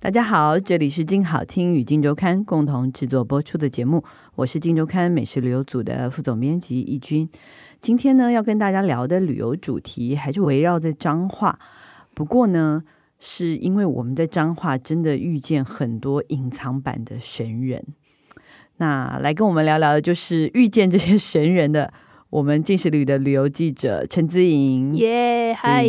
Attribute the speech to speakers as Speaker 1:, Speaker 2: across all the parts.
Speaker 1: 大家好，这里是静好听与静周刊共同制作播出的节目，我是静周刊美食旅游组的副总编辑易军。今天呢，要跟大家聊的旅游主题还是围绕在彰化，不过呢，是因为我们在彰化真的遇见很多隐藏版的神人。 那来跟我们聊聊的就是遇见这些神人的，我们进食旅的旅游记者陈姿莹
Speaker 2: 耶，嗨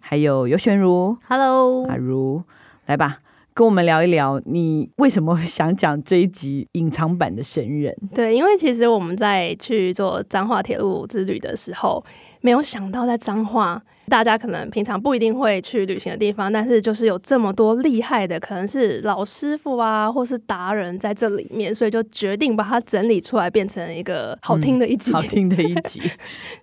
Speaker 1: 还有尤玄如、
Speaker 3: Hello，
Speaker 1: 阿如，来吧，跟我们聊一聊，你为什么会想讲这一集隐藏版的神人？
Speaker 2: 对，因为其实我们在去做彰化铁路之旅的时候，没有想到在彰化，大家可能平常不一定会去旅行的地方，但是就是有这么多厉害的，可能是老师傅啊，或是达人在这里面，所以就决定把它整理出来，变成一个好听的一集。
Speaker 1: 嗯好听的一 集。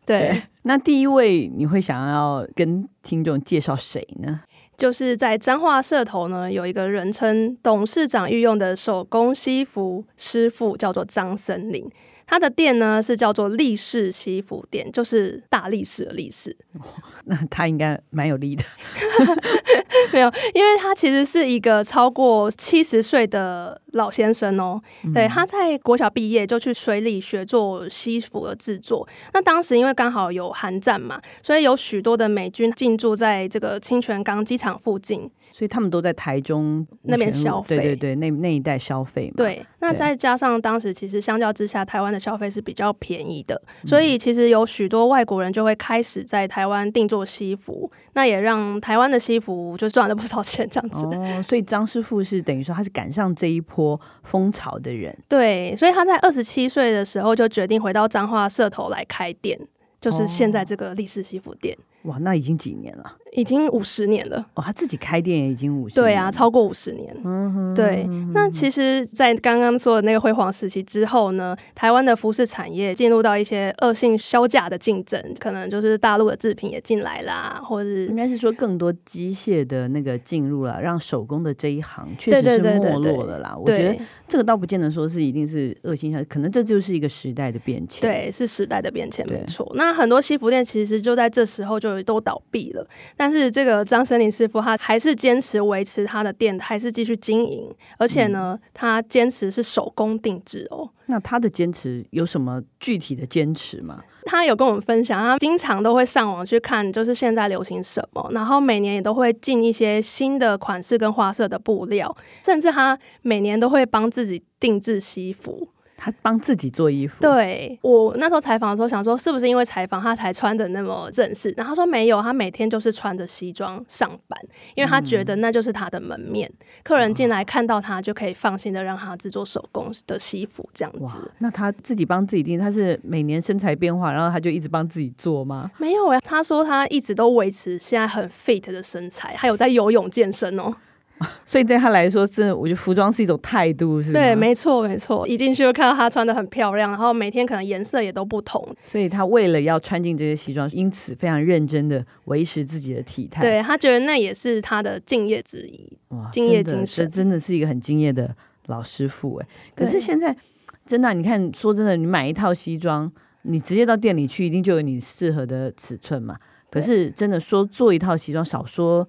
Speaker 2: 对，，
Speaker 1: 那第一位你会想要跟听众介绍谁呢？
Speaker 2: 就是在彰化社头呢，有一个人称董事长御用的手工西服师傅，叫做张森林。他的店呢是叫做力士西服店，就是大力士的力士。
Speaker 1: 那他应该蛮有力的。
Speaker 2: 没有，因为他其实是一个超过七十岁的老先生哦。对，他在国小毕业就去水里学做西服的制作。那当时因为刚好有韩战嘛，所以有许多的美军进驻在这个清泉岗机场附近。
Speaker 1: 所以他们都在台中
Speaker 2: 那边
Speaker 1: 五泉路
Speaker 2: 消费
Speaker 1: 对对对，那那一带消费嘛。，
Speaker 2: 对，那再加上当时其实相较之下，台湾的消费是比较便宜的，所以其实有许多外国人就会开始在台湾定做西服，那也让台湾的西服就赚了不少钱这样子。
Speaker 1: 哦，所以张师傅是等于说他是赶上这一波风潮的人，
Speaker 2: 对，所以他在二十七岁的时候就决定回到彰化社头来开店，就是现在这个立式西服店，
Speaker 1: 哇，那已经几年了？
Speaker 2: 已经五十年了。
Speaker 1: 哦，他自己开店也已经五十。
Speaker 2: 对啊，，超过五十年。
Speaker 1: 嗯
Speaker 2: 对，那其实，在刚刚说的那个辉煌时期之后呢，台湾的服饰产业进入到一些恶性销价的竞争，可能就是大陆的制品也进来啦，或者是
Speaker 1: 应该是说更多机械的那个进入了，让手工的这一行确
Speaker 2: 对
Speaker 1: 实
Speaker 2: 对
Speaker 1: 是
Speaker 2: 对对
Speaker 1: 没
Speaker 2: 对
Speaker 1: 落了啦。我觉
Speaker 2: 对
Speaker 1: 得这个倒不见得说是一定是恶性下，可能这就是一个时代的变迁。，
Speaker 2: 对，是时代的变迁，
Speaker 1: 对
Speaker 2: 没错。那很多西服店其实就在这时候就都倒闭了，但是这个张森林师傅他还是坚持维持他的店，还是继续经营，
Speaker 1: 嗯
Speaker 2: 而且呢，他坚持是手工定制哦。
Speaker 1: 那他的坚持有什么具体的坚持吗？
Speaker 2: 他有跟我们分享，他经常都会上网去看，就是现在流行什么，然后每年也都会进一些新的款式跟花色的布料，甚至他每年都会帮自己定制西服。
Speaker 1: 他帮自己做衣服，，
Speaker 2: 对我那时候采访的时候，想说是不是因为采访他才穿的那么正式？然后他说没有，他每天就是穿着西装上班，因为他觉得那就是他的门面，客人进来看到他就可以放心的让他制作手工的西服这样
Speaker 1: 哇
Speaker 2: 子。，
Speaker 1: 那他自己帮自己定，他是每年身材变化，然后他就一直帮自己做吗？
Speaker 2: 没有呀，他说他一直都维持现在很 fit 的身材，还有在游泳健身哦。
Speaker 1: 所以对他来说，真的，我觉得服装是一种态度，是吗
Speaker 2: 对，没错没错，一进去就看到他穿的很漂亮，然后每天可能颜色也都不同，
Speaker 1: 所以他为了要穿进这些西装，因此非常认真的维持自己的体态。
Speaker 2: 对他觉得那也是他的敬业之一。
Speaker 1: 哇，
Speaker 2: 敬业
Speaker 1: 真的
Speaker 2: 精神
Speaker 1: 这真的是一个很敬业的老师傅哎。可
Speaker 2: 对
Speaker 1: 是现在真的啊、你看，说真的，你买一套西装，你直接到店里去，一定就有你适合的尺寸嘛。可
Speaker 2: 对
Speaker 1: 是真的说做一套西装，少说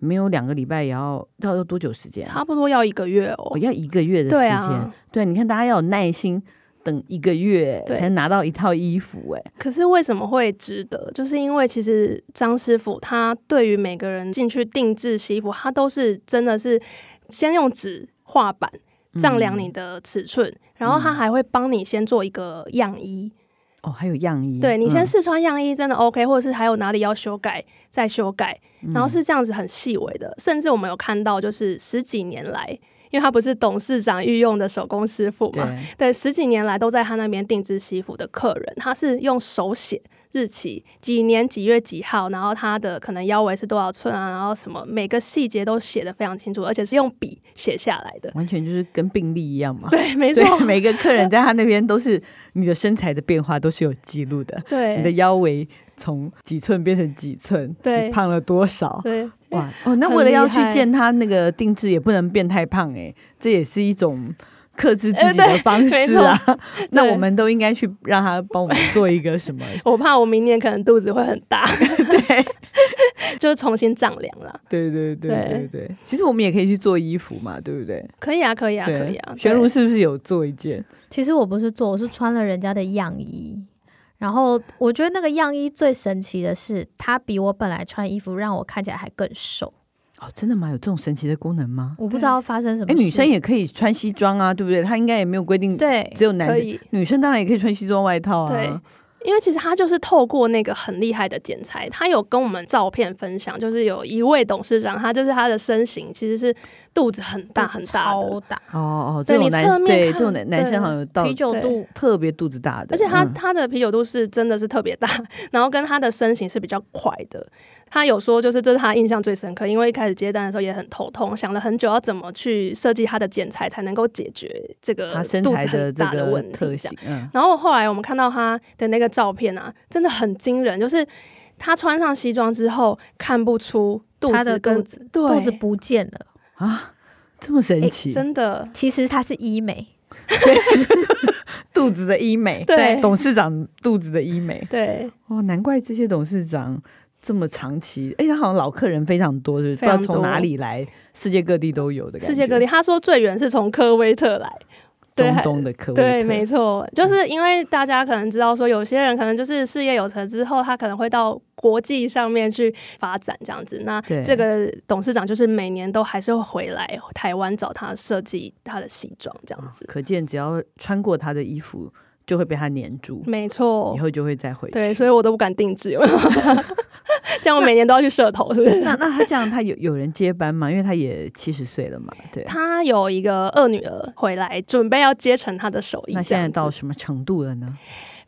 Speaker 1: 没有两个礼拜也要要要多久时间、啊？
Speaker 2: 差不多要一个月哦
Speaker 1: 哦，，要一个月的时
Speaker 2: 对
Speaker 1: 间。
Speaker 2: 啊
Speaker 1: 对你看大家要有耐心。等一个月
Speaker 2: 对
Speaker 1: 才能拿到一套衣服、哎，
Speaker 2: 可是为什么会值得？就是因为其实张师傅他对于每个人进去定制西服，他都是真的是先用纸画板
Speaker 1: 嗯
Speaker 2: 丈量你的尺寸，然后他还会帮你先做一个样衣。
Speaker 1: 哦，还有样衣，
Speaker 2: 对你
Speaker 1: 嗯
Speaker 2: 先试穿样衣真的 OK，或者是还有哪里要修改
Speaker 1: 嗯
Speaker 2: 再修改，然后是这样子很细微的。甚至我们有看到，就是十几年来因为他不是董事长御用的手工师傅
Speaker 1: 对
Speaker 2: 嘛，对，十几年来都在他那边定制西服的客人，他是用手写日期，几年几月几号，然后他的可能腰围是多少寸啊，然后什么每个细节都写的非常清楚，而且是用笔写下来的。
Speaker 1: 完全就是跟病历一样嘛。
Speaker 2: 对，没错，
Speaker 1: 对，每个客人在他那边都是你的身材的变化都是有记录的，你的
Speaker 2: 对
Speaker 1: 腰围从几寸变成几寸，
Speaker 2: 对
Speaker 1: 你胖了多少？
Speaker 2: 对，
Speaker 1: 哇哦，那
Speaker 2: 很
Speaker 1: 为了要去
Speaker 2: 厉害
Speaker 1: 见他那个定制，也不能变太胖哎、这也是一种克制自
Speaker 2: 呃
Speaker 1: 己的
Speaker 2: 对
Speaker 1: 方式啊。 那
Speaker 2: 对
Speaker 1: 我们都应该去让他帮我们做一个什么？
Speaker 2: 我怕我明年可能肚子会很 大，对， 就是重新丈量了。
Speaker 1: 对对对对
Speaker 2: 对
Speaker 1: 对，其实我们也可以去做衣服嘛，对不对？
Speaker 2: 可以啊，可以啊，
Speaker 1: 对
Speaker 2: 可以啊。
Speaker 1: 玄
Speaker 2: 对
Speaker 1: 如是不是有做一件？
Speaker 3: 其实我不是做，我是穿了人家的样衣。然后我觉得那个样衣最神奇的是，它比我本来穿衣服让我看起来还更瘦。
Speaker 1: 哦，真的吗？有这种神奇的功能吗？
Speaker 3: 我不知道发生什么
Speaker 1: 哎，
Speaker 3: 事。
Speaker 1: 女生也可以穿西装啊，对不对？她应该也没有规定，
Speaker 3: 对
Speaker 1: 只有男
Speaker 2: 可
Speaker 1: 生。
Speaker 2: 以，
Speaker 1: 女生当然也可以穿西装外套啊。
Speaker 2: 对因为其实他就是透过那个很厉害的剪裁，他有跟我们照片分享，就是有一位董事长，他就是他的身形其实是肚子很大很大
Speaker 3: 超
Speaker 2: 的，
Speaker 3: 大，
Speaker 1: 哦哦，这
Speaker 2: 对
Speaker 1: 种
Speaker 2: 你侧
Speaker 1: 男
Speaker 2: 面
Speaker 1: 对
Speaker 2: 看
Speaker 1: 这种男男生好像有到
Speaker 3: 啤酒
Speaker 2: 对
Speaker 3: 肚
Speaker 1: 特别肚子大的，
Speaker 2: 而且他、
Speaker 1: 嗯
Speaker 2: 他的啤酒肚是真的是特别大， 然后跟他的身形是比较快的。他有说，就是这是他印象最深刻，因为一开始接单的时候也很头痛，想了很久要怎么去设计他的剪裁才能够解决这个
Speaker 1: 他身
Speaker 2: 肚子
Speaker 1: 材的
Speaker 2: 很
Speaker 1: 这
Speaker 2: 大的
Speaker 1: 个
Speaker 2: 问题。啊
Speaker 1: 特
Speaker 2: 这样
Speaker 1: 性，嗯，
Speaker 2: 然后后来我们看到他的那个照片啊，真的很惊人，就是他穿上西装之后看不出肚
Speaker 3: 她
Speaker 2: 子
Speaker 3: 的
Speaker 2: 跟
Speaker 3: 肚子
Speaker 2: 对
Speaker 3: 肚子不见了。
Speaker 1: 这么神
Speaker 2: 诶
Speaker 1: 奇，
Speaker 2: 真的
Speaker 3: 其实它是医美，
Speaker 1: 肚子的医美，
Speaker 2: 对
Speaker 1: 董事长肚子的医美，
Speaker 2: 对
Speaker 1: 哦，难怪这些董事长这么长期，哎，他好像老客人非常多，就是不知
Speaker 2: 非
Speaker 1: 道
Speaker 2: 常
Speaker 1: 从
Speaker 2: 多
Speaker 1: 哪里来，世界各地都有的感觉，
Speaker 2: 世界各地。他说最远是从科威特来，对
Speaker 1: 中
Speaker 2: 还
Speaker 1: 东的科威特，
Speaker 2: 对，没
Speaker 1: 嗯
Speaker 2: 错，就是因为大家可能知道说，有些人可能就是事业有成之后，他可能会到国际上面去发展这样子。那
Speaker 1: 对
Speaker 2: 这个董事长就是每年都还是会回来台湾找他设计他的西装这样子。
Speaker 1: 可见只要穿过他的衣服，就会被他粘住，
Speaker 2: 没错
Speaker 1: 以，后就会再回去。
Speaker 2: 嗯对，所以我都不敢定制， 有没有？这样我每年都要去社头，是不是？
Speaker 1: 那那他这样，他有有人接班吗？因为他也七十岁了嘛，对。
Speaker 2: 他有一个二女儿回来，准备要接承他的手艺。
Speaker 1: 那现在
Speaker 2: 这样
Speaker 1: 到
Speaker 2: 子
Speaker 1: 什么程度了呢？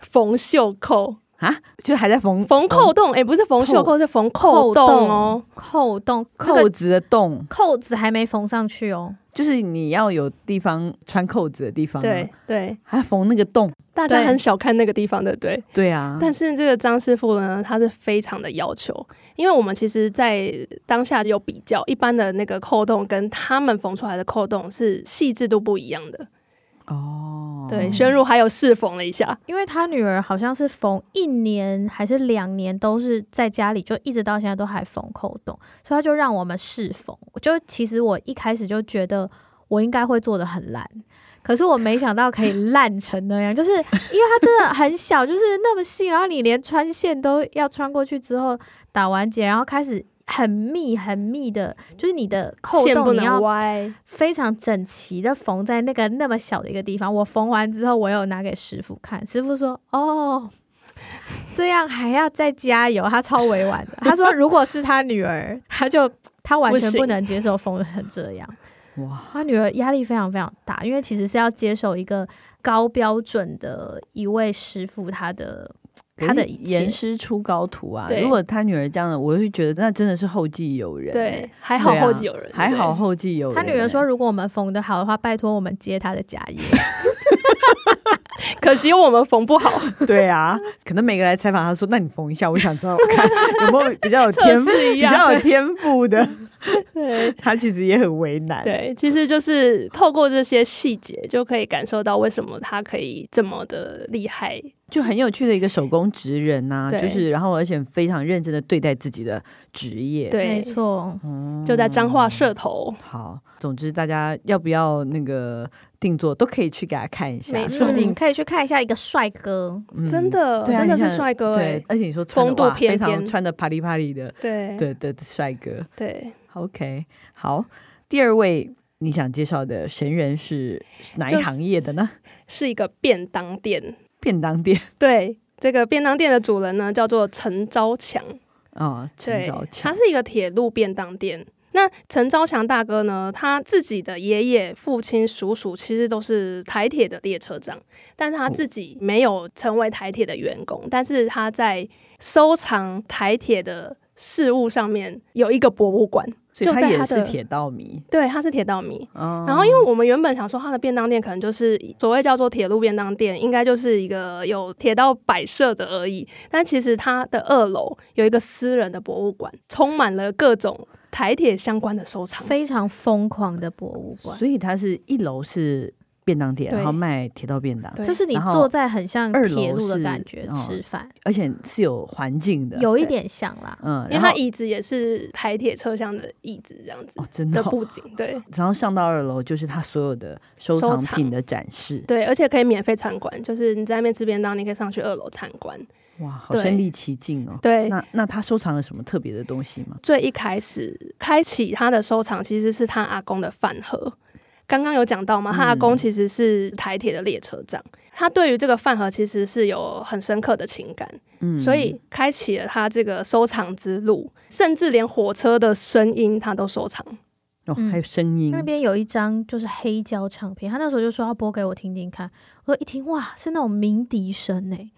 Speaker 2: 缝袖扣、
Speaker 1: 啊，就还在缝
Speaker 2: 缝扣洞，哎、不是缝袖扣，是缝扣洞哦。
Speaker 3: 扣洞
Speaker 1: 扣
Speaker 3: 那
Speaker 1: 扣
Speaker 3: 个
Speaker 1: 子的洞，
Speaker 3: 扣子还没缝上去哦。
Speaker 1: 就是你要有地方穿扣子的地方、啊。
Speaker 2: 对，对，
Speaker 1: 还缝那个洞。
Speaker 2: 大家
Speaker 3: 对
Speaker 2: 很小看那个地方，对不对？
Speaker 1: 对啊，
Speaker 2: 但是这个张师傅呢，他是非常的要求，因为我们其实，在当下有比较，一般的那个扣洞跟他们缝出来的扣洞是细致度不一样的。
Speaker 1: 哦，
Speaker 2: 对，宣入还有试缝了一下，
Speaker 3: 因为他女儿好像是缝一年还是两年，都是在家里，就一直到现在都还缝扣洞，所以他就让我们试缝。就其实我一开始就觉得我应该会做的很烂，可是我没想到可以烂成那样，就是因为它真的很小，就是那么细，然后你连穿线都要穿过去之后打完结，然后开始很密很密的，就是你的扣
Speaker 2: 线不
Speaker 3: 洞你要
Speaker 2: 能歪。
Speaker 3: 非常整齐的缝在那个那么小的一个地方。我缝完之后，我有拿给师傅看，师傅说：“哦，这样还要再加油。”他超委婉 的，他说：“如果是他女儿，他就他完全
Speaker 2: 不行
Speaker 3: 不能接受缝得成这样。”
Speaker 1: 哇，
Speaker 3: 他女儿压力非常非常大，因为其实是要接受一个高标准的一位师傅他的他的
Speaker 1: 可是
Speaker 3: 一切
Speaker 1: 严。师出高徒啊。
Speaker 2: 对
Speaker 1: 如果他女儿这样的，我会觉得那真的是后继有人、
Speaker 2: 对，，还好
Speaker 1: 对啊
Speaker 2: 后继有人，
Speaker 1: 还
Speaker 2: 对不
Speaker 1: 好
Speaker 2: 对。
Speaker 1: 后继有人、欸
Speaker 3: 他女儿说：“如果我们缝得好的话，拜托我们接他的家业。
Speaker 2: 可惜我们缝 不好，
Speaker 1: 对啊，可能每个来采访他说，那你缝一下，我想知道 看有没有比较有
Speaker 2: 测试一样。对
Speaker 1: 天赋的。
Speaker 2: 对
Speaker 1: 他其实也很为难
Speaker 2: 对，其实就是透过这些细节，就可以感受到为什么他可以这么的厉害。
Speaker 1: 就很有趣的一个手工职人呐、
Speaker 2: 对
Speaker 1: 就是然后而且非常认真的对待自己的职业。，
Speaker 3: 没
Speaker 2: 对，
Speaker 3: 错，
Speaker 2: 就在彰化社头，
Speaker 1: 好，总之大家要不要那个定做都可以去给他看一下，
Speaker 2: 没
Speaker 1: 说不定
Speaker 3: 嗯、可以去看一下一个帅哥。
Speaker 1: 嗯
Speaker 2: 真的、
Speaker 1: 对啊
Speaker 2: 真的
Speaker 1: 你
Speaker 2: 是
Speaker 1: 看
Speaker 2: 帅哥哎、
Speaker 1: 对，而且你说穿的
Speaker 2: 风度
Speaker 1: 哇，非
Speaker 2: 翩
Speaker 1: 常
Speaker 2: 翩
Speaker 1: 穿的啪里啪里的，
Speaker 2: 对
Speaker 1: 对的的帅哥。
Speaker 2: 对
Speaker 1: OK，好，第二位你想介绍的神人是哪一
Speaker 2: 就是
Speaker 1: 行业的呢？
Speaker 2: 是一个便当店。
Speaker 1: 便当店
Speaker 2: 对，这个便当店的主人呢叫做陈昭强，
Speaker 1: 哦，陈
Speaker 2: 对
Speaker 1: 昭，
Speaker 2: 他
Speaker 1: 强
Speaker 2: 是一个铁路便当店。那陈昭强大哥呢，他自己的爷爷、父亲、叔叔其实都是台铁的列车长，但是他自己没有成为台铁的员工，但是他在收藏台铁的事物上面有一个博物馆，
Speaker 1: 所以
Speaker 2: 就
Speaker 1: 他
Speaker 2: 在
Speaker 1: 也
Speaker 2: 他
Speaker 1: 是
Speaker 2: 的
Speaker 1: 铁道迷。
Speaker 2: 对，他是铁道迷。
Speaker 1: 哦
Speaker 2: 然后，因为我们原本想说他的便当店可能就是所谓叫做铁路便当店，应该就是一个有铁道摆设的而已。但其实它的二楼有一个私人的博物馆，充满了各种台铁相关的收藏。
Speaker 3: 非常疯狂的博物馆，
Speaker 1: 所以他是一楼是便当店，
Speaker 2: 对
Speaker 1: 然后卖铁道便当，
Speaker 2: 对
Speaker 3: 就是你
Speaker 1: 然后
Speaker 3: 坐在很像
Speaker 1: 二
Speaker 3: 铁
Speaker 1: 楼
Speaker 3: 路的
Speaker 1: 是
Speaker 3: 感觉
Speaker 1: 哦
Speaker 3: 吃饭，
Speaker 1: 而且是有环境的。
Speaker 3: 有一
Speaker 2: 对
Speaker 3: 点像啦。
Speaker 1: 啊嗯，
Speaker 2: 因为
Speaker 1: 然
Speaker 2: 它
Speaker 1: 后
Speaker 2: 椅子也是台铁车厢的椅子这样子
Speaker 1: 哦，真的
Speaker 2: 的
Speaker 1: 哦、
Speaker 2: 布景，对
Speaker 1: 然后上到二楼就是他所有的收
Speaker 2: 收
Speaker 1: 藏
Speaker 2: 藏
Speaker 1: 品的展示，
Speaker 2: 对，而且可以免费参观，就是你在那边吃便当，你可以上去二楼参观。
Speaker 1: 哇，好
Speaker 2: 对
Speaker 1: 身临其境哦。
Speaker 2: 对，
Speaker 1: 那那他收藏了什么特别的东西吗？
Speaker 2: 最一开始开启他的收藏其实是他阿公的饭盒。刚刚有讲到嘛，他阿
Speaker 3: 嗯
Speaker 2: 公其实是台铁的列车长，他对于这个饭盒其实是有很深刻的情感，
Speaker 1: 嗯，
Speaker 2: 所以开启了他这个收藏之路，甚至连火车的声音他都收藏。
Speaker 1: 哦，
Speaker 3: 嗯
Speaker 1: 还有声音
Speaker 3: 那，边有一张就是黑胶唱片，他那时候就说要播给我听听看，我一听哇，是那种鸣笛声呢、
Speaker 1: 哦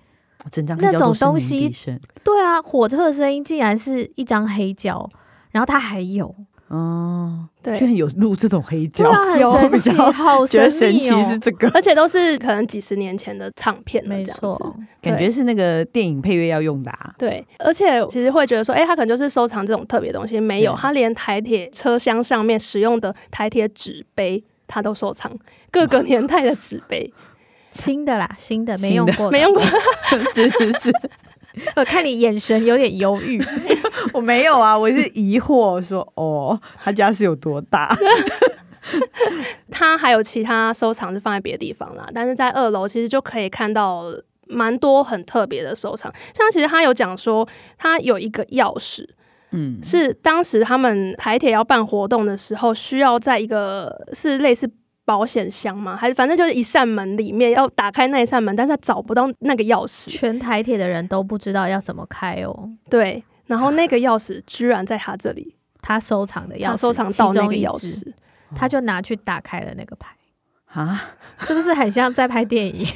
Speaker 1: 整张
Speaker 3: 那
Speaker 1: 黑胶都
Speaker 3: 种
Speaker 1: 是
Speaker 3: 东
Speaker 1: 鸣
Speaker 3: 西
Speaker 1: 笛声
Speaker 3: 对啊，火车的声音竟然是一张黑胶，然后他还 有，
Speaker 1: 哦，
Speaker 2: 对，
Speaker 1: 居然有录这种黑
Speaker 3: 对
Speaker 1: 胶，
Speaker 3: 啊，
Speaker 2: 有
Speaker 3: 很神奇，
Speaker 2: 哦
Speaker 1: 有
Speaker 3: 好
Speaker 1: 觉
Speaker 3: 神
Speaker 1: 得神
Speaker 3: 秘
Speaker 1: 奇
Speaker 3: 哦，
Speaker 1: 是这个，
Speaker 2: 而且都是可能几十年前的唱片了，
Speaker 3: 没
Speaker 2: 这样子
Speaker 3: 错。，
Speaker 1: 感觉是那个电影配乐要用的啊。
Speaker 2: 对，而且其实会觉得说，哎、他可能就是收藏这种特别东西，没有，
Speaker 1: 对
Speaker 2: 他连台铁车厢上面使用的台铁纸杯，他都收藏，各个年代的纸杯，
Speaker 3: 新的啦，新 的没
Speaker 1: 新
Speaker 3: 用
Speaker 1: 的
Speaker 3: 过的，
Speaker 2: 没用过。
Speaker 1: 真的是，
Speaker 3: 我看你眼神有点犹豫，
Speaker 1: 我没有啊，我是疑惑说，哦，他家是有多大？
Speaker 2: 他还有其他收藏是放在别的地方啦，但是在二楼其实就可以看到蛮多很特别的收藏，像其实他有讲说，他有一个钥匙，
Speaker 1: 嗯，
Speaker 2: 是当时他们台铁要办活动的时候，需要在一个是类似保险箱吗？还是反正就是一扇门里面要打开那一扇门，但是他找不到那个钥匙。
Speaker 3: 全台铁的人都不知道要怎么开哦。
Speaker 2: 对，然后那个钥匙居然在他这里，
Speaker 3: 他收藏的钥匙，
Speaker 2: 他收藏到那个
Speaker 3: 其
Speaker 2: 钥
Speaker 3: 中一只，
Speaker 2: 匙。
Speaker 3: 他就拿去打开了那个牌，
Speaker 1: 啊，
Speaker 3: 是不是很像在拍电 影？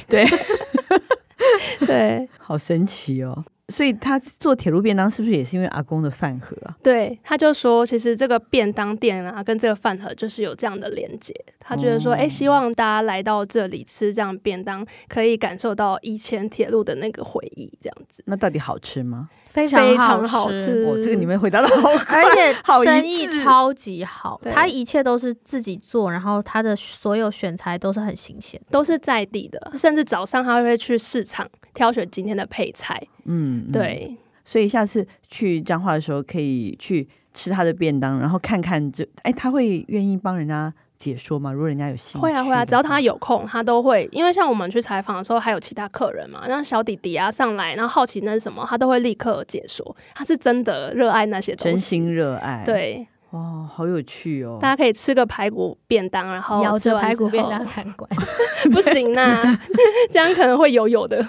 Speaker 2: 对，
Speaker 1: 好神奇哦！所以他做铁路便当是不是也是因为阿公的饭盒啊？
Speaker 2: 对，他就说，其实这个便当店啊，跟这个饭盒就是有这样的连接。他觉得说，
Speaker 1: 哦
Speaker 2: 哎、希望大家来到这里吃这样便当，可以感受到以前铁路的那个回忆，这样子。
Speaker 1: 那到底好吃吗？
Speaker 3: 非好
Speaker 2: 非常好吃，
Speaker 1: 哦，这个你们回答的好 快
Speaker 3: 而且
Speaker 1: 好一
Speaker 3: 生意
Speaker 1: 致
Speaker 3: 超级好，
Speaker 2: 对
Speaker 3: 他一切都是自己做，然后他的所有选材都是很新鲜。
Speaker 2: 都是在地的，甚至早上他会去市场挑选今天的配菜。
Speaker 1: 嗯，嗯，
Speaker 2: 对，
Speaker 1: 所以下次去彰化的时候可以去吃他的便当，然后看看这，哎，他会愿意帮人家解说吗？如果人家有兴趣的话，
Speaker 2: 会啊会啊，只要他有空，他都会。因为像我们去采访的时候，还有其他客人嘛，让小弟弟啊上来，然后好奇那是什么，他都会立刻解说。他是真的热爱那些东西，
Speaker 1: 真心热爱，，
Speaker 2: 对。
Speaker 1: 哇，好有趣哦！
Speaker 2: 大家可以吃个排骨便当，然后
Speaker 3: 咬
Speaker 2: 哦吃
Speaker 3: 着
Speaker 2: 完
Speaker 3: 排骨
Speaker 2: 之
Speaker 3: 便
Speaker 2: 后
Speaker 3: 当餐馆，
Speaker 2: 不行啦、 这样可能会有有的。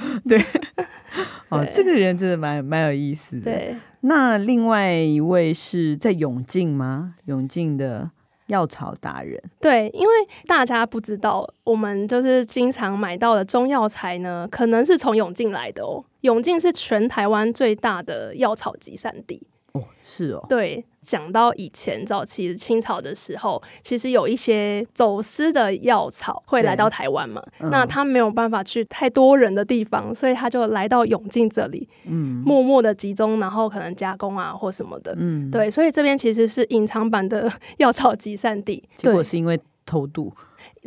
Speaker 1: 哦，
Speaker 2: 对
Speaker 1: 这个人真的蛮蛮有意思的。，
Speaker 2: 对，
Speaker 1: 那另外一位是在永靖吗？永靖的药草达人，
Speaker 2: 对，因为大家不知道，我们就是经常买到的中药材呢，可能是从永靖来的哦。永靖是全台湾最大的药草集散地。
Speaker 1: 哦，是哦，
Speaker 2: 对，讲到以前早期清朝的时候，其实有一些走私的药草会来到台湾嘛，
Speaker 1: 嗯
Speaker 2: 那他没有办法去太多人的地方，所以他就来到永靖这里，
Speaker 1: 嗯
Speaker 2: 默默的集中，然后可能加工啊或什么的。
Speaker 1: 嗯，
Speaker 2: 对，所以这边其实是隐藏版的 药草集散地。
Speaker 1: 结
Speaker 2: 对
Speaker 1: 果，是因为偷渡，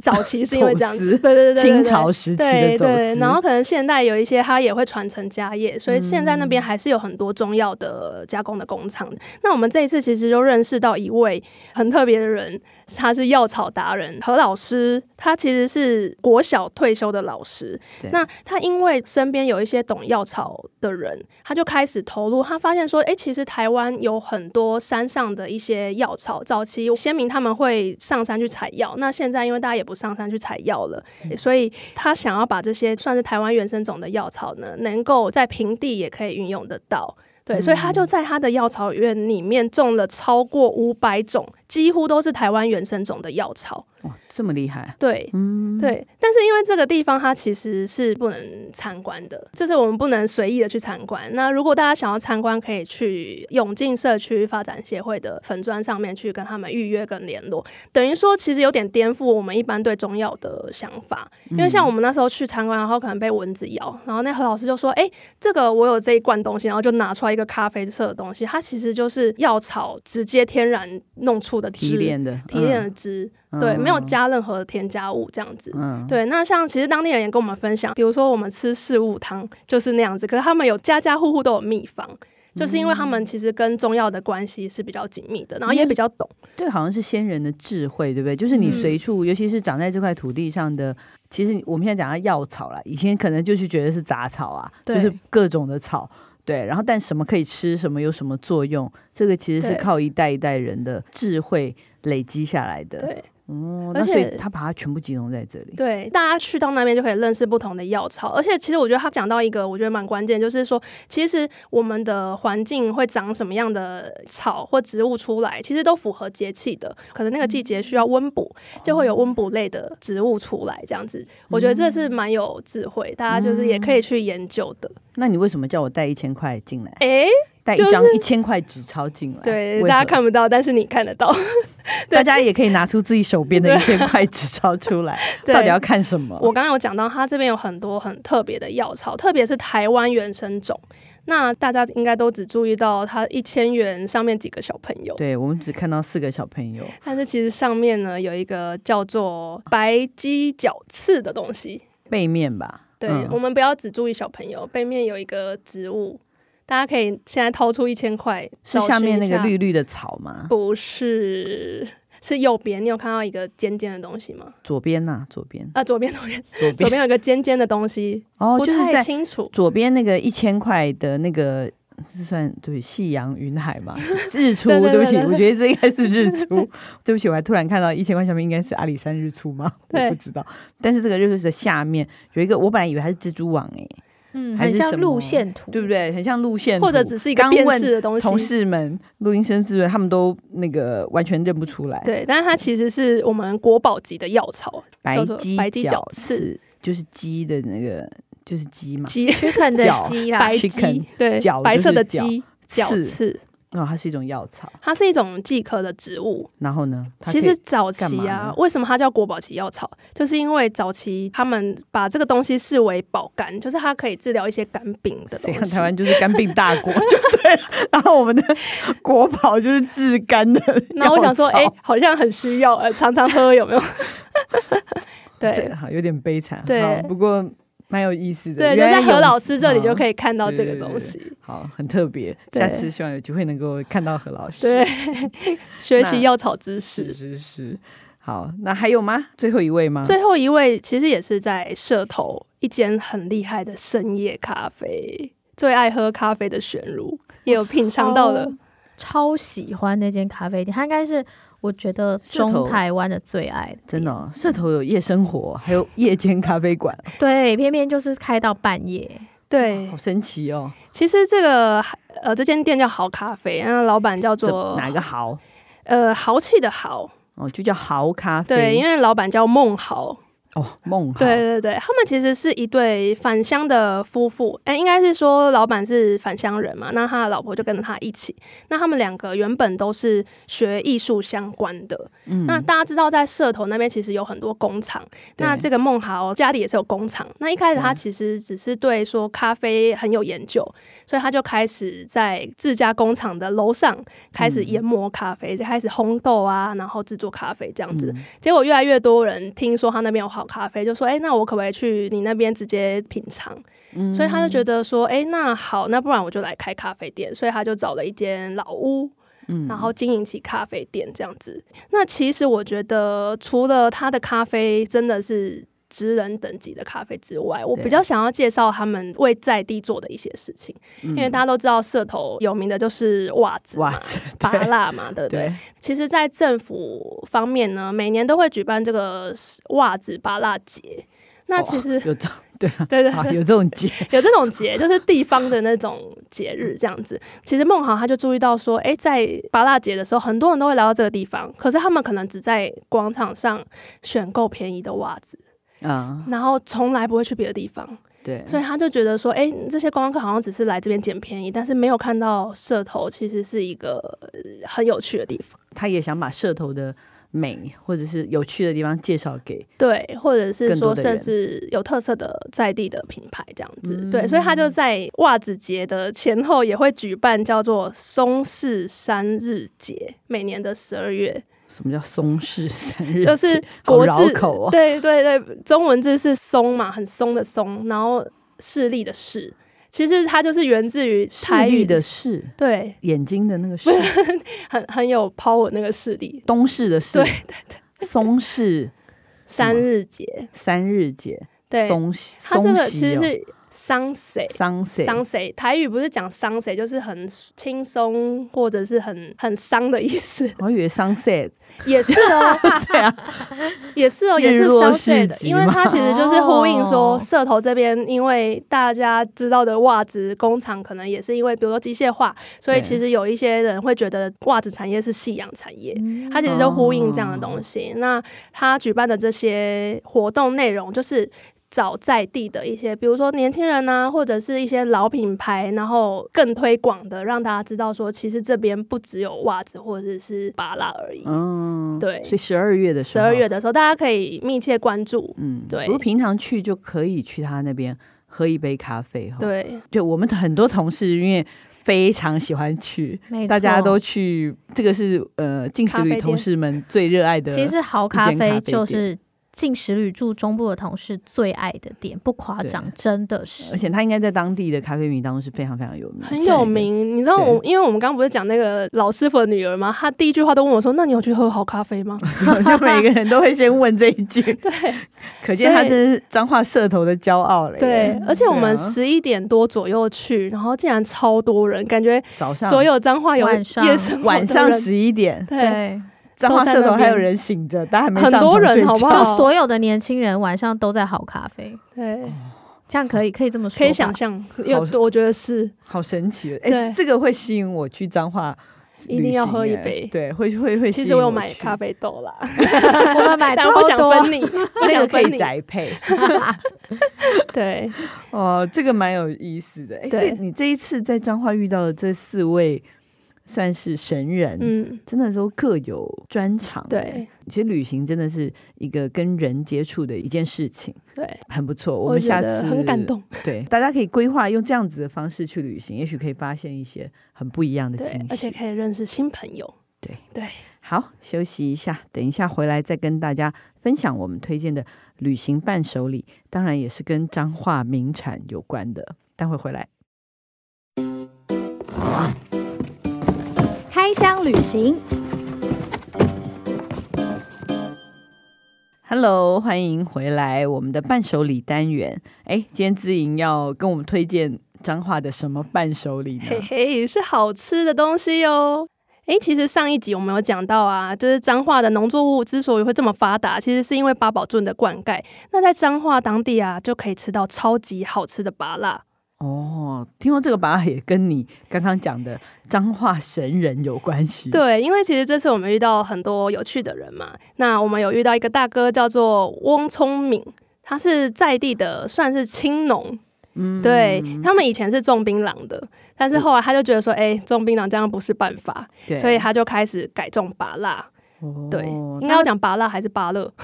Speaker 2: 早期是因为这样
Speaker 1: 走
Speaker 2: 子，
Speaker 1: 私
Speaker 2: 对对对对对
Speaker 1: 清朝时期的
Speaker 2: 对
Speaker 1: 走
Speaker 2: 对
Speaker 1: 私，，
Speaker 2: 然后可能现代有一些它也会传承家业，所以现在那
Speaker 1: 嗯
Speaker 2: 边还是有很多中药的加工的工厂。那我们这一次其实就认识到一位很特别的人，他是药草达人何老师，他其实是国小退休的老师
Speaker 1: 对。
Speaker 2: 那他因为身边有一些懂药草的人，他就开始投入，他发现说，哎，其实台湾有很多山上的一些药草，早期先民他们会上山去采药，那现在因为大家也不上山去采药了，
Speaker 1: 嗯
Speaker 2: 所以他想要把这些算是台湾原生种的药草呢，能够在平地也可以运用得到。对，所以他就在他的药草园里面种了超过五百种，几乎都是台湾原生种的药草。
Speaker 1: 哇，这么厉害，
Speaker 2: 对，
Speaker 1: 嗯，
Speaker 2: 对，但是因为这个地方它其实是不能参观的，就是我们不能随意的去参观。那如果大家想要参观，可以去永进社区发展协会的粉砖上面去跟他们预约跟联络。等于说，其实有点颠覆我们一般对中药的想法，因为
Speaker 1: 嗯
Speaker 2: 像我们那时候去参观，然后可能被蚊子咬，然后那何老师就说：“哎、这个我有这一罐东西，然后就拿出来一个咖啡色的东西，它其实就是药草直接天然弄出的
Speaker 1: 提
Speaker 2: 汁，
Speaker 1: 炼嗯的，嗯
Speaker 2: 提炼的汁，对，没有加任何添加物这样子。
Speaker 1: 嗯，嗯，
Speaker 2: 嗯对，那像其实当地人也跟我们分享，比如说我们吃四物汤就是那样子，可是他们有家家户户都有秘方，就是因为他们其实跟中药的关系是比较紧密的，然后也比较懂。
Speaker 1: 这好像是先人的智慧，对不对？就是你
Speaker 2: 嗯
Speaker 1: 随处，尤其是长在这块土地上的，其实我们现在讲到药草啦，以前可能就是觉得是杂草啊，
Speaker 2: 对
Speaker 1: 就是各种的草，对。然后但什么可以吃，什么有什么作用，这个其实是
Speaker 2: 对
Speaker 1: 靠一代一代人的智慧累积下来的。，
Speaker 2: 对
Speaker 1: 哦，
Speaker 2: 而
Speaker 1: 那所以
Speaker 2: 且
Speaker 1: 他把它全部集中在这里。
Speaker 2: 对，大家去到那边就可以认识不同的药草，而且其实我觉得他讲到一个我觉得蛮关键，就是说其实我们的环境会长什么样的草或植物出来，其实都符合节气的，可能那个季节需要温补，就会有温补类的植物出来，这样子，我觉得这是蛮有智慧，大家就是也可以去研究的。
Speaker 1: 那你为什么叫我带一千块进来，
Speaker 2: 诶，
Speaker 1: 带
Speaker 2: 就
Speaker 1: 一
Speaker 2: 是
Speaker 1: 张一千块纸钞进来？
Speaker 2: 对，
Speaker 1: 为
Speaker 2: 大家
Speaker 1: 何
Speaker 2: 看不到，但是你看得到。
Speaker 1: 大家也可以拿出自己手边的一千块纸钞出来，
Speaker 2: 对
Speaker 1: 到底要看什么？
Speaker 2: 我刚刚有讲到，它这边有很多很特别的药草，特别是台湾原生种。那大家应该都只注意到它一千元上面几个小朋友，
Speaker 1: 对我们只看到四个小朋友，
Speaker 2: 但是其实上面呢有一个叫做白鸡角刺的东西。
Speaker 1: 背面吧。
Speaker 2: 对、
Speaker 1: 嗯
Speaker 2: 我们不要只注意小朋友，背面有一个植物，大家可以现在掏出一千块，
Speaker 1: 是
Speaker 2: 找
Speaker 1: 下
Speaker 2: 寻
Speaker 1: 面
Speaker 2: 一
Speaker 1: 那个
Speaker 2: 下
Speaker 1: 绿，绿的草吗？
Speaker 2: 不是，是右边。你有看到一个尖尖的东西吗？
Speaker 1: 左边呐、左边，
Speaker 2: 啊，左边，左边，
Speaker 1: 左
Speaker 2: 左
Speaker 1: 边，
Speaker 2: 边有一个尖尖的东西，
Speaker 1: 哦，
Speaker 2: 不
Speaker 1: 就是
Speaker 2: 太
Speaker 1: 在
Speaker 2: 清楚。
Speaker 1: 左边那个一千块的那个，这算对夕阳云海 嘛？日出，
Speaker 2: 对对对
Speaker 1: 不起，
Speaker 2: 对对
Speaker 1: 我觉得这应该是日出。对不起，我还突然看到一千块下面应该是阿里山日出吗？我
Speaker 2: 对
Speaker 1: 不知道。但是这个日出的下面有一个，我本来以为它是蜘蛛网诶、
Speaker 3: 嗯，
Speaker 1: 还
Speaker 3: 很
Speaker 1: 是
Speaker 3: 像
Speaker 1: 什么
Speaker 3: 路线图，
Speaker 1: 对不对？很像路线图，
Speaker 2: 或者只是一个
Speaker 1: 刚
Speaker 2: 辨
Speaker 1: 问
Speaker 2: 识的东西。
Speaker 1: 同事们、录音生是不是他们都那个完全认不出来？
Speaker 2: 对，但是它其实是我们国宝级的药草，
Speaker 1: 白
Speaker 2: 叫做
Speaker 1: 鸡
Speaker 2: 白鸡
Speaker 1: 角
Speaker 2: 角
Speaker 1: 刺就是鸡的那个，就是鸡嘛。
Speaker 2: 鸡
Speaker 3: ，chicken
Speaker 1: 脚
Speaker 3: 的鸡啦
Speaker 2: 白，
Speaker 1: Chicken，
Speaker 2: 鸡，对
Speaker 1: 角，
Speaker 2: 白
Speaker 1: 就
Speaker 2: 色
Speaker 1: 是
Speaker 2: 的
Speaker 1: 角
Speaker 2: 鸡角
Speaker 1: 刺
Speaker 2: 刺，
Speaker 1: 哦，它是一种药草。
Speaker 2: 它是一种蓟科的植物。
Speaker 1: 然后呢，它
Speaker 2: 其
Speaker 1: 可以
Speaker 2: 实早
Speaker 1: 干嘛
Speaker 2: 期啊
Speaker 1: 呢，
Speaker 2: 为什么它叫国宝级药草？就是因为早期他们把这个东西视为保肝，就是它可以治疗一些肝病的
Speaker 1: 怎
Speaker 2: 东
Speaker 1: 样？
Speaker 2: 西
Speaker 1: 台。湾就是肝病大国， 就对。然后我 们的国宝就是治肝的药草。
Speaker 2: 那我想说，哎、好像很需要，呃，常常喝有没有？
Speaker 1: 这
Speaker 2: 哎对
Speaker 1: 个好有点悲惨。
Speaker 2: 对
Speaker 1: 好不过蛮有意思的。
Speaker 2: 对，就
Speaker 1: 原来
Speaker 2: 在何
Speaker 1: 有
Speaker 2: 老师这里就可
Speaker 1: 以。
Speaker 2: 以看到这个
Speaker 1: 对对
Speaker 2: 东
Speaker 1: 对
Speaker 2: 西。
Speaker 1: 好，很特别。
Speaker 2: 对
Speaker 1: 下次希望有机会能够看到何老师。
Speaker 2: 对， 学
Speaker 1: 那
Speaker 2: 习药草知
Speaker 1: 是是
Speaker 2: 识。
Speaker 1: 是。好，那还有吗？最后一位吗？
Speaker 2: 最后一位其实也是在社头一间很厉害的深夜咖啡，最爱喝咖啡的玄如也有品尝到了。
Speaker 3: 超喜欢那间咖啡店，它应该是我觉得
Speaker 1: 是头
Speaker 3: 中台湾的最爱的店
Speaker 1: 真的、哦，社头有夜生活，还有夜间咖啡馆，
Speaker 3: 对，偏偏就是开到半夜，
Speaker 2: 对
Speaker 1: 好，神奇哦！
Speaker 2: 其实这个呃这间店叫豪咖啡，那老板叫
Speaker 1: 怎
Speaker 2: 做
Speaker 1: 哪个豪？
Speaker 2: 呃豪气的豪，
Speaker 1: 哦，就叫豪咖啡。
Speaker 2: 对，因为老板叫孟豪。
Speaker 1: 哦，梦豪。
Speaker 2: 对对对，他们其实是一对返乡的夫妇，哎，应该是说老板是返乡人嘛，那他的老婆就跟着他一起。那他们两个原本都是学艺术相关的，
Speaker 1: 嗯
Speaker 2: 那大家知道在社头那边其实有很多工厂，
Speaker 1: 对
Speaker 2: 那这个孟豪家里也是有工厂。那一开始他
Speaker 1: 嗯
Speaker 2: 其实只是对说咖啡很有研究，所以他就开始在自家工厂的楼上开始
Speaker 1: 嗯
Speaker 2: 研磨咖啡，就开始烘豆啊，然后制作咖啡这样子。
Speaker 1: 嗯
Speaker 2: 结果越来越多人听说他那边有好咖啡，就说：“哎、那我可不可以去你那边直接品尝？”所以他就
Speaker 1: 嗯
Speaker 2: 觉得说：“哎、那好，那不然我就来开咖啡店。”所以他就找了一间老屋，
Speaker 1: 嗯
Speaker 2: 然后经营起咖啡店这样子。那其实我觉得，除了他的咖啡真的是职人等级的咖啡之外，我
Speaker 1: 对
Speaker 2: 比较想要介绍他们为在地做的一些事情，因为
Speaker 1: 嗯
Speaker 2: 大家都知道社头有名的就是袜子嘛、
Speaker 1: 哇塞，
Speaker 2: 拔
Speaker 1: 对
Speaker 2: 蜡嘛， 对不对？
Speaker 1: 对，
Speaker 2: 其实，在政府方面呢，每年都会举办这个袜子拔蜡节。那其实、
Speaker 1: 有这 对啊，
Speaker 2: 对对
Speaker 1: 啊
Speaker 2: 对，
Speaker 1: 有这种节，
Speaker 2: 有这种节，就是地方的那种节日这样子。其实孟豪他就注意到说，诶，在八大节的时候，很多人都会来到这个地方，可是他们可能只在广场上选购便宜的袜子，
Speaker 1: 啊，
Speaker 2: 然后从来不会去别的地方。
Speaker 1: 对，
Speaker 2: 所以他就觉得说，诶，这些观光客好像只是来这边捡便宜，但是没有看到社头其实是一个呃很有趣的地方。
Speaker 1: 他也想把社头的美或者是有趣的地方介绍给
Speaker 2: 对，或者是
Speaker 1: 更多
Speaker 2: 说，
Speaker 1: 的
Speaker 2: 甚
Speaker 1: 人
Speaker 2: 至有特色的在地的品牌这样子，
Speaker 1: 嗯
Speaker 2: 对，所以他就在袜子节的前后也会举办叫做松市三日节，每年的十二月，
Speaker 1: 什么叫松式三日节，
Speaker 2: 就是
Speaker 1: 好
Speaker 2: 国
Speaker 1: 绕
Speaker 2: 字，
Speaker 1: 口哦，
Speaker 2: 对对对，中文字是松嘛，很松的松，然后势力的势，其实它就是源自于
Speaker 1: 视
Speaker 2: 台语
Speaker 1: 力的视，
Speaker 2: 对，
Speaker 1: 眼睛的那个视，
Speaker 2: 很很有 power 那个势力，
Speaker 1: 东市的市
Speaker 2: 对，
Speaker 1: 松市
Speaker 2: 三日节，
Speaker 1: 三日节，
Speaker 2: 对，
Speaker 1: 松
Speaker 2: 它这
Speaker 1: 松
Speaker 2: 个其
Speaker 1: 溪
Speaker 2: 实
Speaker 1: 哦，
Speaker 2: 是桑谁。
Speaker 1: 桑谁
Speaker 2: 伤谁？台语不是讲伤谁，就是很轻松或者是很很伤的意思，
Speaker 1: 我以为 sunset，
Speaker 2: 也是哦，
Speaker 1: 对啊，
Speaker 2: 也是哦，也
Speaker 1: 日
Speaker 2: 是
Speaker 1: 落
Speaker 2: 伤谁
Speaker 1: 市
Speaker 2: 的，
Speaker 1: 集
Speaker 2: 因为
Speaker 1: 吗
Speaker 2: 它其实就是呼应
Speaker 3: 哦
Speaker 2: 说社头这边，因为大家知道的袜子工厂可能也是因为比如说机械化，所
Speaker 1: 对
Speaker 2: 以其实有一些人会觉得袜子产业是夕阳产业，
Speaker 3: 嗯
Speaker 2: 它其实就呼应这样的东
Speaker 1: 哦
Speaker 2: 西。那它举办的这些活动内容就是。找在地的一些，比如说年轻人啊，或者是一些老品牌，然后更推广的，让大家知道说，其实这边不只有袜子或者是芭拉而已。
Speaker 1: 嗯，
Speaker 2: 对
Speaker 1: 所以十二月的时
Speaker 2: 十
Speaker 1: 候，
Speaker 2: 二月的时候，大家可以密切关注。
Speaker 1: 嗯，
Speaker 2: 对
Speaker 1: 不过平常去就可以去他那边喝一杯咖啡哈。，
Speaker 2: 对，
Speaker 1: 就我们很多同事因为非常喜欢去，
Speaker 3: 没
Speaker 1: 大家
Speaker 3: 错
Speaker 1: 都去，这个是呃进食
Speaker 2: 咖啡
Speaker 1: 旅
Speaker 2: 店
Speaker 1: 同事们最热爱的。
Speaker 3: 其实好
Speaker 1: 一
Speaker 3: 咖
Speaker 1: 间咖
Speaker 3: 啡
Speaker 1: 啡
Speaker 3: 就是进食旅住中部的同事最爱的店，不夸张，真的
Speaker 1: 而
Speaker 3: 是。
Speaker 1: 且他应该在当地的咖啡迷当中是非常非常有名，
Speaker 2: 很有。名。你知道我，因为我们刚刚不是讲那个老师傅的女儿吗？她第一句话都问我说：“那你有去喝好咖啡吗
Speaker 1: 就 就每个人都会先问这一句，？”
Speaker 2: 对
Speaker 1: 可见他
Speaker 2: 所以
Speaker 1: 真是彰化社头的骄傲了耶。
Speaker 2: 对，而且我们
Speaker 1: 对啊
Speaker 2: 十一点多左右去，然后竟然超多人，感觉
Speaker 1: 早上
Speaker 2: 所有彰化有
Speaker 3: 晚上
Speaker 2: 夜生活的
Speaker 1: 晚上
Speaker 2: 人
Speaker 1: 十一点，
Speaker 2: 对，
Speaker 1: 彰化
Speaker 2: 都在
Speaker 1: 社头
Speaker 2: 那
Speaker 1: 还有
Speaker 2: 边
Speaker 1: 人醒着，但还没
Speaker 2: 很
Speaker 1: 上
Speaker 2: 多
Speaker 1: 床
Speaker 2: 人
Speaker 1: 睡
Speaker 2: 好不
Speaker 1: 觉
Speaker 2: 好
Speaker 3: 就所有的年轻人晚上都在好咖啡，
Speaker 1: 哦
Speaker 2: 对，
Speaker 3: 这样可以可以这么说吧，
Speaker 2: 可以想象，有我觉得是
Speaker 1: 好神奇！哎、
Speaker 2: 对
Speaker 1: 这个会吸引我去彰化旅行耶，
Speaker 2: 一定要喝一杯
Speaker 1: 对，会会会吸
Speaker 2: 其
Speaker 1: 引去。
Speaker 2: 实我有买 咖啡豆啦，
Speaker 3: 我们 买
Speaker 2: 但
Speaker 3: 超
Speaker 2: 我不想
Speaker 3: 多，
Speaker 2: 分你，不
Speaker 1: 那
Speaker 2: 想
Speaker 1: 个可
Speaker 2: 分
Speaker 1: 以
Speaker 2: 你。
Speaker 1: 宅配
Speaker 2: 对，
Speaker 1: 哦，这个蛮有意思的。哎、所
Speaker 2: 对
Speaker 1: 以你这一次在彰化遇到的这四位算是神人，
Speaker 2: 嗯，
Speaker 1: 真的都各有专长。，
Speaker 2: 对
Speaker 1: 其实旅行真的是一个跟人接触的一件事情，
Speaker 2: 对，
Speaker 1: 很不错。
Speaker 2: 我
Speaker 1: 们
Speaker 2: 觉
Speaker 1: 下
Speaker 2: 得
Speaker 1: 次
Speaker 2: 很感，动。
Speaker 1: 对，大家可以规划用这样子的方式去旅行，也许可以发现一些很不一样的
Speaker 2: 对
Speaker 1: 惊，
Speaker 2: 而
Speaker 1: 喜
Speaker 2: 且。可以认识新朋友。
Speaker 1: 对
Speaker 2: 对，
Speaker 1: 好，休息一下，等一下回来再跟大家分享我们推荐的旅行伴手礼，当然也是跟彰化名产有关的。待会回来，
Speaker 4: 开箱旅行，
Speaker 1: Hello，欢迎回来我们的伴手礼单元。哎，今天自营要跟我们推荐彰化的什么伴手礼呢？
Speaker 2: 嘿嘿，是好吃的东西哦。诶，其实上一集我们有讲到啊，就是彰化的农作物之所以会这么发达，其实是因为八宝圳的灌溉。那在彰化当地啊，就可以吃到超级好吃的拔辣。
Speaker 1: 哦，听说这个吧也跟你刚刚讲的彰化神人有关系。，
Speaker 2: 对，因为其实这次我们遇到很多有趣的人嘛，那我们有遇到一个大哥叫做翁聪敏，他是在地的，算是青农。
Speaker 1: 嗯
Speaker 2: 对、他们以前是种槟榔的，但是后来他就觉得说，哎、种槟榔这样不是办法，
Speaker 1: 对
Speaker 2: 所以他就开始改种拔辣。
Speaker 1: 哦
Speaker 2: 对，应该要讲拔辣还是拔乐？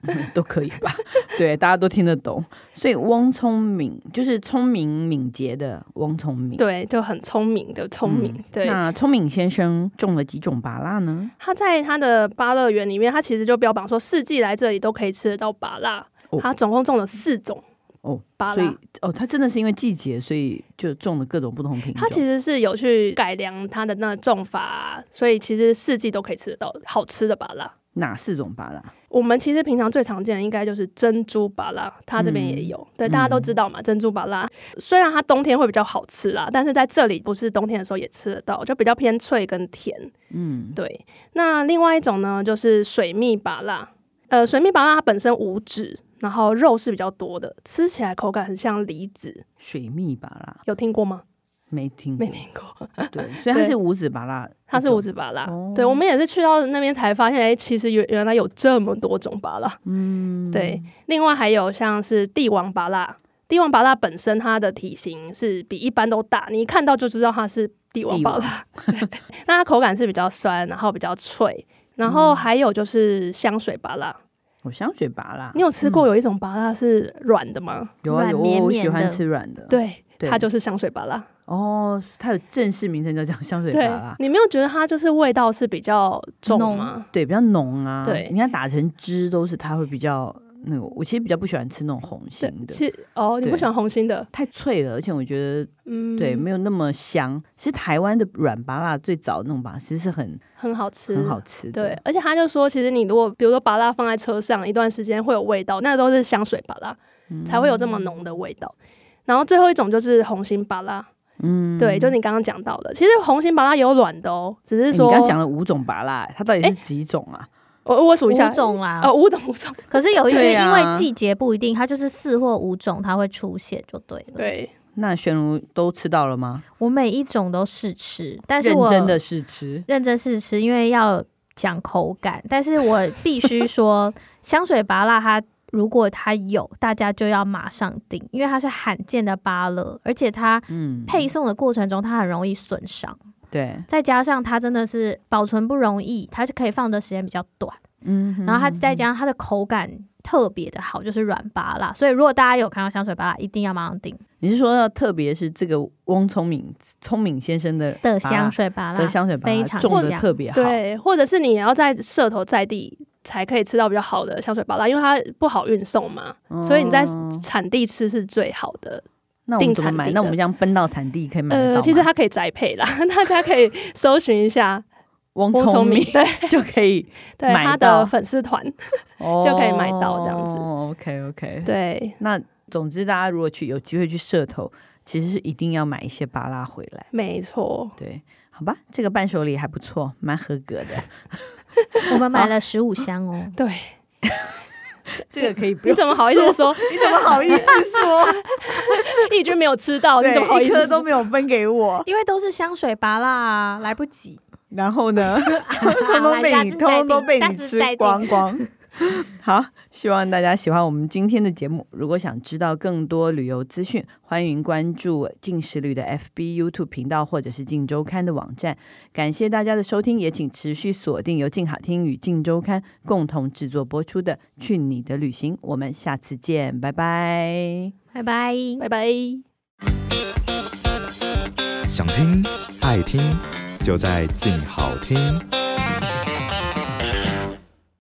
Speaker 1: 都可以吧？对，大家都听得懂。所以翁聪明就是聪明敏捷的翁聪明。，
Speaker 2: 对，就很聪明的聪明。
Speaker 1: 嗯
Speaker 2: 对，
Speaker 1: 那聪明先生种了几种芭辣呢？
Speaker 2: 他在他的芭乐园里面，他其实就标榜说，四季来这里都可以吃得到拔辣。
Speaker 1: 哦
Speaker 2: 他总共种了四种，
Speaker 1: 哦
Speaker 2: 芭，
Speaker 1: 所以
Speaker 2: 乐
Speaker 1: 哦，他真的是因为季节，所以就种了各种不同品种。
Speaker 2: 他其实是有去改良他的那个种法，所以其实四季都可以吃得到好吃的拔辣。
Speaker 1: 哪四种芭辣？
Speaker 2: 我们其实平常最常见的应该就是珍珠芭拉，它这边也有，对，
Speaker 1: 嗯
Speaker 2: 大家都知道嘛，珍珠芭拉。虽然它冬天会比较好吃啦，但是在这里不是冬天的时候也吃得到，就比较偏脆跟甜。
Speaker 1: 嗯，
Speaker 2: 对，那另外一种呢就是水蜜芭拉，呃，水蜜芭拉它本身无籽，然后肉是比较多的，吃起来口感很像梨子，
Speaker 1: 水蜜芭拉
Speaker 2: 有听过吗？
Speaker 1: 没听过
Speaker 2: 没，听过，
Speaker 1: 对，所以它是五子芭拉，
Speaker 2: 它是五指芭拉。
Speaker 1: 哦
Speaker 2: 对，我们也是去到那边才发现，哎、其实原原来有这么多种芭拉。
Speaker 1: 嗯，
Speaker 2: 对，另外还有像是帝王芭拉，帝王芭拉本身它的体型是比一般都大，你一看到就知道它是帝王芭拉。 对，那它口感是比较酸，然后比较脆。然
Speaker 1: 嗯
Speaker 2: 后还有就是香水芭
Speaker 1: 啊
Speaker 2: 拉，
Speaker 1: 我哦香水芭拉，
Speaker 2: 你有吃过有一种芭拉是软的吗？
Speaker 1: 有啊
Speaker 3: 软
Speaker 1: 有，
Speaker 3: 绵
Speaker 1: 我
Speaker 3: 绵
Speaker 1: 喜欢
Speaker 3: 的
Speaker 1: 吃软的，，
Speaker 2: 对，
Speaker 1: 对
Speaker 2: 它就是香水芭拉。
Speaker 1: 哦，它有正式名称叫叫香水芭
Speaker 2: 对
Speaker 1: 拉，，
Speaker 2: 你没有觉得它就是味道是比较重
Speaker 3: 浓
Speaker 2: 吗？
Speaker 1: 对，比较浓啊，
Speaker 2: 对
Speaker 1: 你看打成汁都是它会比较那个，我其实比较不喜欢吃那种红
Speaker 2: 对
Speaker 1: 心的，
Speaker 2: 其实哦，你不
Speaker 1: 对
Speaker 2: 喜欢红心的，
Speaker 1: 太脆了，而且我觉得
Speaker 2: 嗯，
Speaker 1: 对、没有那么香。其实台湾的软芭拉最早那种芭拉其实是很
Speaker 2: 很好吃，
Speaker 1: 很好吃的，
Speaker 2: 对，而且他就说，其实你如果比如说把它放在车上一段时间会有味道，那都是香水巴拉、
Speaker 1: 嗯
Speaker 2: 才会有这么浓的味道。然后最后一种就是红心巴拉，
Speaker 1: 嗯，
Speaker 2: 对，就你刚刚讲到的，其实红心巴拉也有软的哦，只
Speaker 1: 诶
Speaker 2: 是
Speaker 1: 你
Speaker 2: 说、
Speaker 1: 刚刚讲了五种芭拉，它到底是几种啊？
Speaker 2: 我我数一下
Speaker 3: 五，种啦。
Speaker 2: 哦，五种 五种，
Speaker 3: 可是有一些
Speaker 1: 对
Speaker 3: 因
Speaker 1: 啊
Speaker 3: 为季节不一定，它就是四或五种它会出现就对了。
Speaker 2: 对，
Speaker 1: 那玄如都吃到了吗？
Speaker 3: 我每一种都试吃，但是
Speaker 1: 认
Speaker 3: 我
Speaker 1: 真的试吃，
Speaker 3: 认真试吃，因为要讲口感。但是 我必须说，香水芭辣它如果它有，大家就要马上订，因为它是罕见的芭乐，而且它
Speaker 1: 嗯，
Speaker 3: 配送的过程中它很容易损伤，
Speaker 1: 对，
Speaker 3: 再加上它真的是保存不容易，它就可以放的时间比较短，
Speaker 1: 嗯哼，
Speaker 3: 然后它再加上它的口感。特别的好，就是软芭辣，所以如果大家有看到香水芭辣，一定要马上订
Speaker 1: 你是说要特别是这个翁聪明聪明先生的
Speaker 3: 的
Speaker 1: 芭拉
Speaker 3: 香水芭辣
Speaker 1: 的，香水芭拉
Speaker 3: 非常
Speaker 1: 种的
Speaker 3: 香
Speaker 1: 特别好，
Speaker 2: 对，或者是你也要在社头在地才可以吃到比较好的香水巴拉，因为它不好运送嘛，所以你在
Speaker 1: 嗯
Speaker 2: 产地吃是最好的。
Speaker 1: 那我们
Speaker 2: 定
Speaker 1: 怎么
Speaker 2: 产
Speaker 1: 买？
Speaker 2: 地
Speaker 1: 那我
Speaker 2: 的
Speaker 1: 们这样奔到产地可以买得到
Speaker 2: 呃，
Speaker 1: 吗
Speaker 2: 其实它可以宅配啦， 大家可以搜寻一下
Speaker 1: 翁
Speaker 2: 翁
Speaker 1: 聪
Speaker 2: 聪明
Speaker 1: 明
Speaker 2: 对。
Speaker 1: 就可以
Speaker 2: 对
Speaker 1: 买
Speaker 2: 他
Speaker 1: 到
Speaker 2: 的粉丝团，
Speaker 1: 就
Speaker 2: 可以买到这样子
Speaker 1: OK OK。
Speaker 2: 对，
Speaker 1: 哦那总之，大家如果去有机会去社头，其实是一定要买一些巴拉回来。
Speaker 2: 没错，。
Speaker 1: 对，好吧，这个伴手礼还不错，蛮合格的。
Speaker 3: 我们买了十五箱哦
Speaker 2: 对。
Speaker 1: 这个可以不
Speaker 2: 你
Speaker 1: 用
Speaker 2: 怎么好意思
Speaker 1: 说？
Speaker 2: 说
Speaker 1: 你怎么好意思说？
Speaker 2: 义军没有吃 到？你
Speaker 1: 对，
Speaker 2: 怎么好意
Speaker 1: 一
Speaker 2: 思
Speaker 1: 颗
Speaker 2: 说
Speaker 1: 都？没有分给我。
Speaker 3: 因为都是香水芭辣啊，来不及。
Speaker 1: 然后 呢，
Speaker 3: 啊
Speaker 1: 通通被你，
Speaker 3: 下次再定
Speaker 1: 通通都被
Speaker 3: 下
Speaker 1: 你
Speaker 3: 次
Speaker 1: 吃
Speaker 3: 再定
Speaker 1: 光光。 好，希望大家喜欢我们今天的节目。如果想知道更多旅游资讯，欢迎关注静时旅的 FB、YouTube 频道，或者是静周刊的网站。感谢大家的收听，也请持续锁定由静好听与静周刊共同制作播出的《去你的旅行》，我们下次见，拜拜。
Speaker 3: 拜拜。
Speaker 2: 拜拜。
Speaker 4: 想听爱听，就在静好听。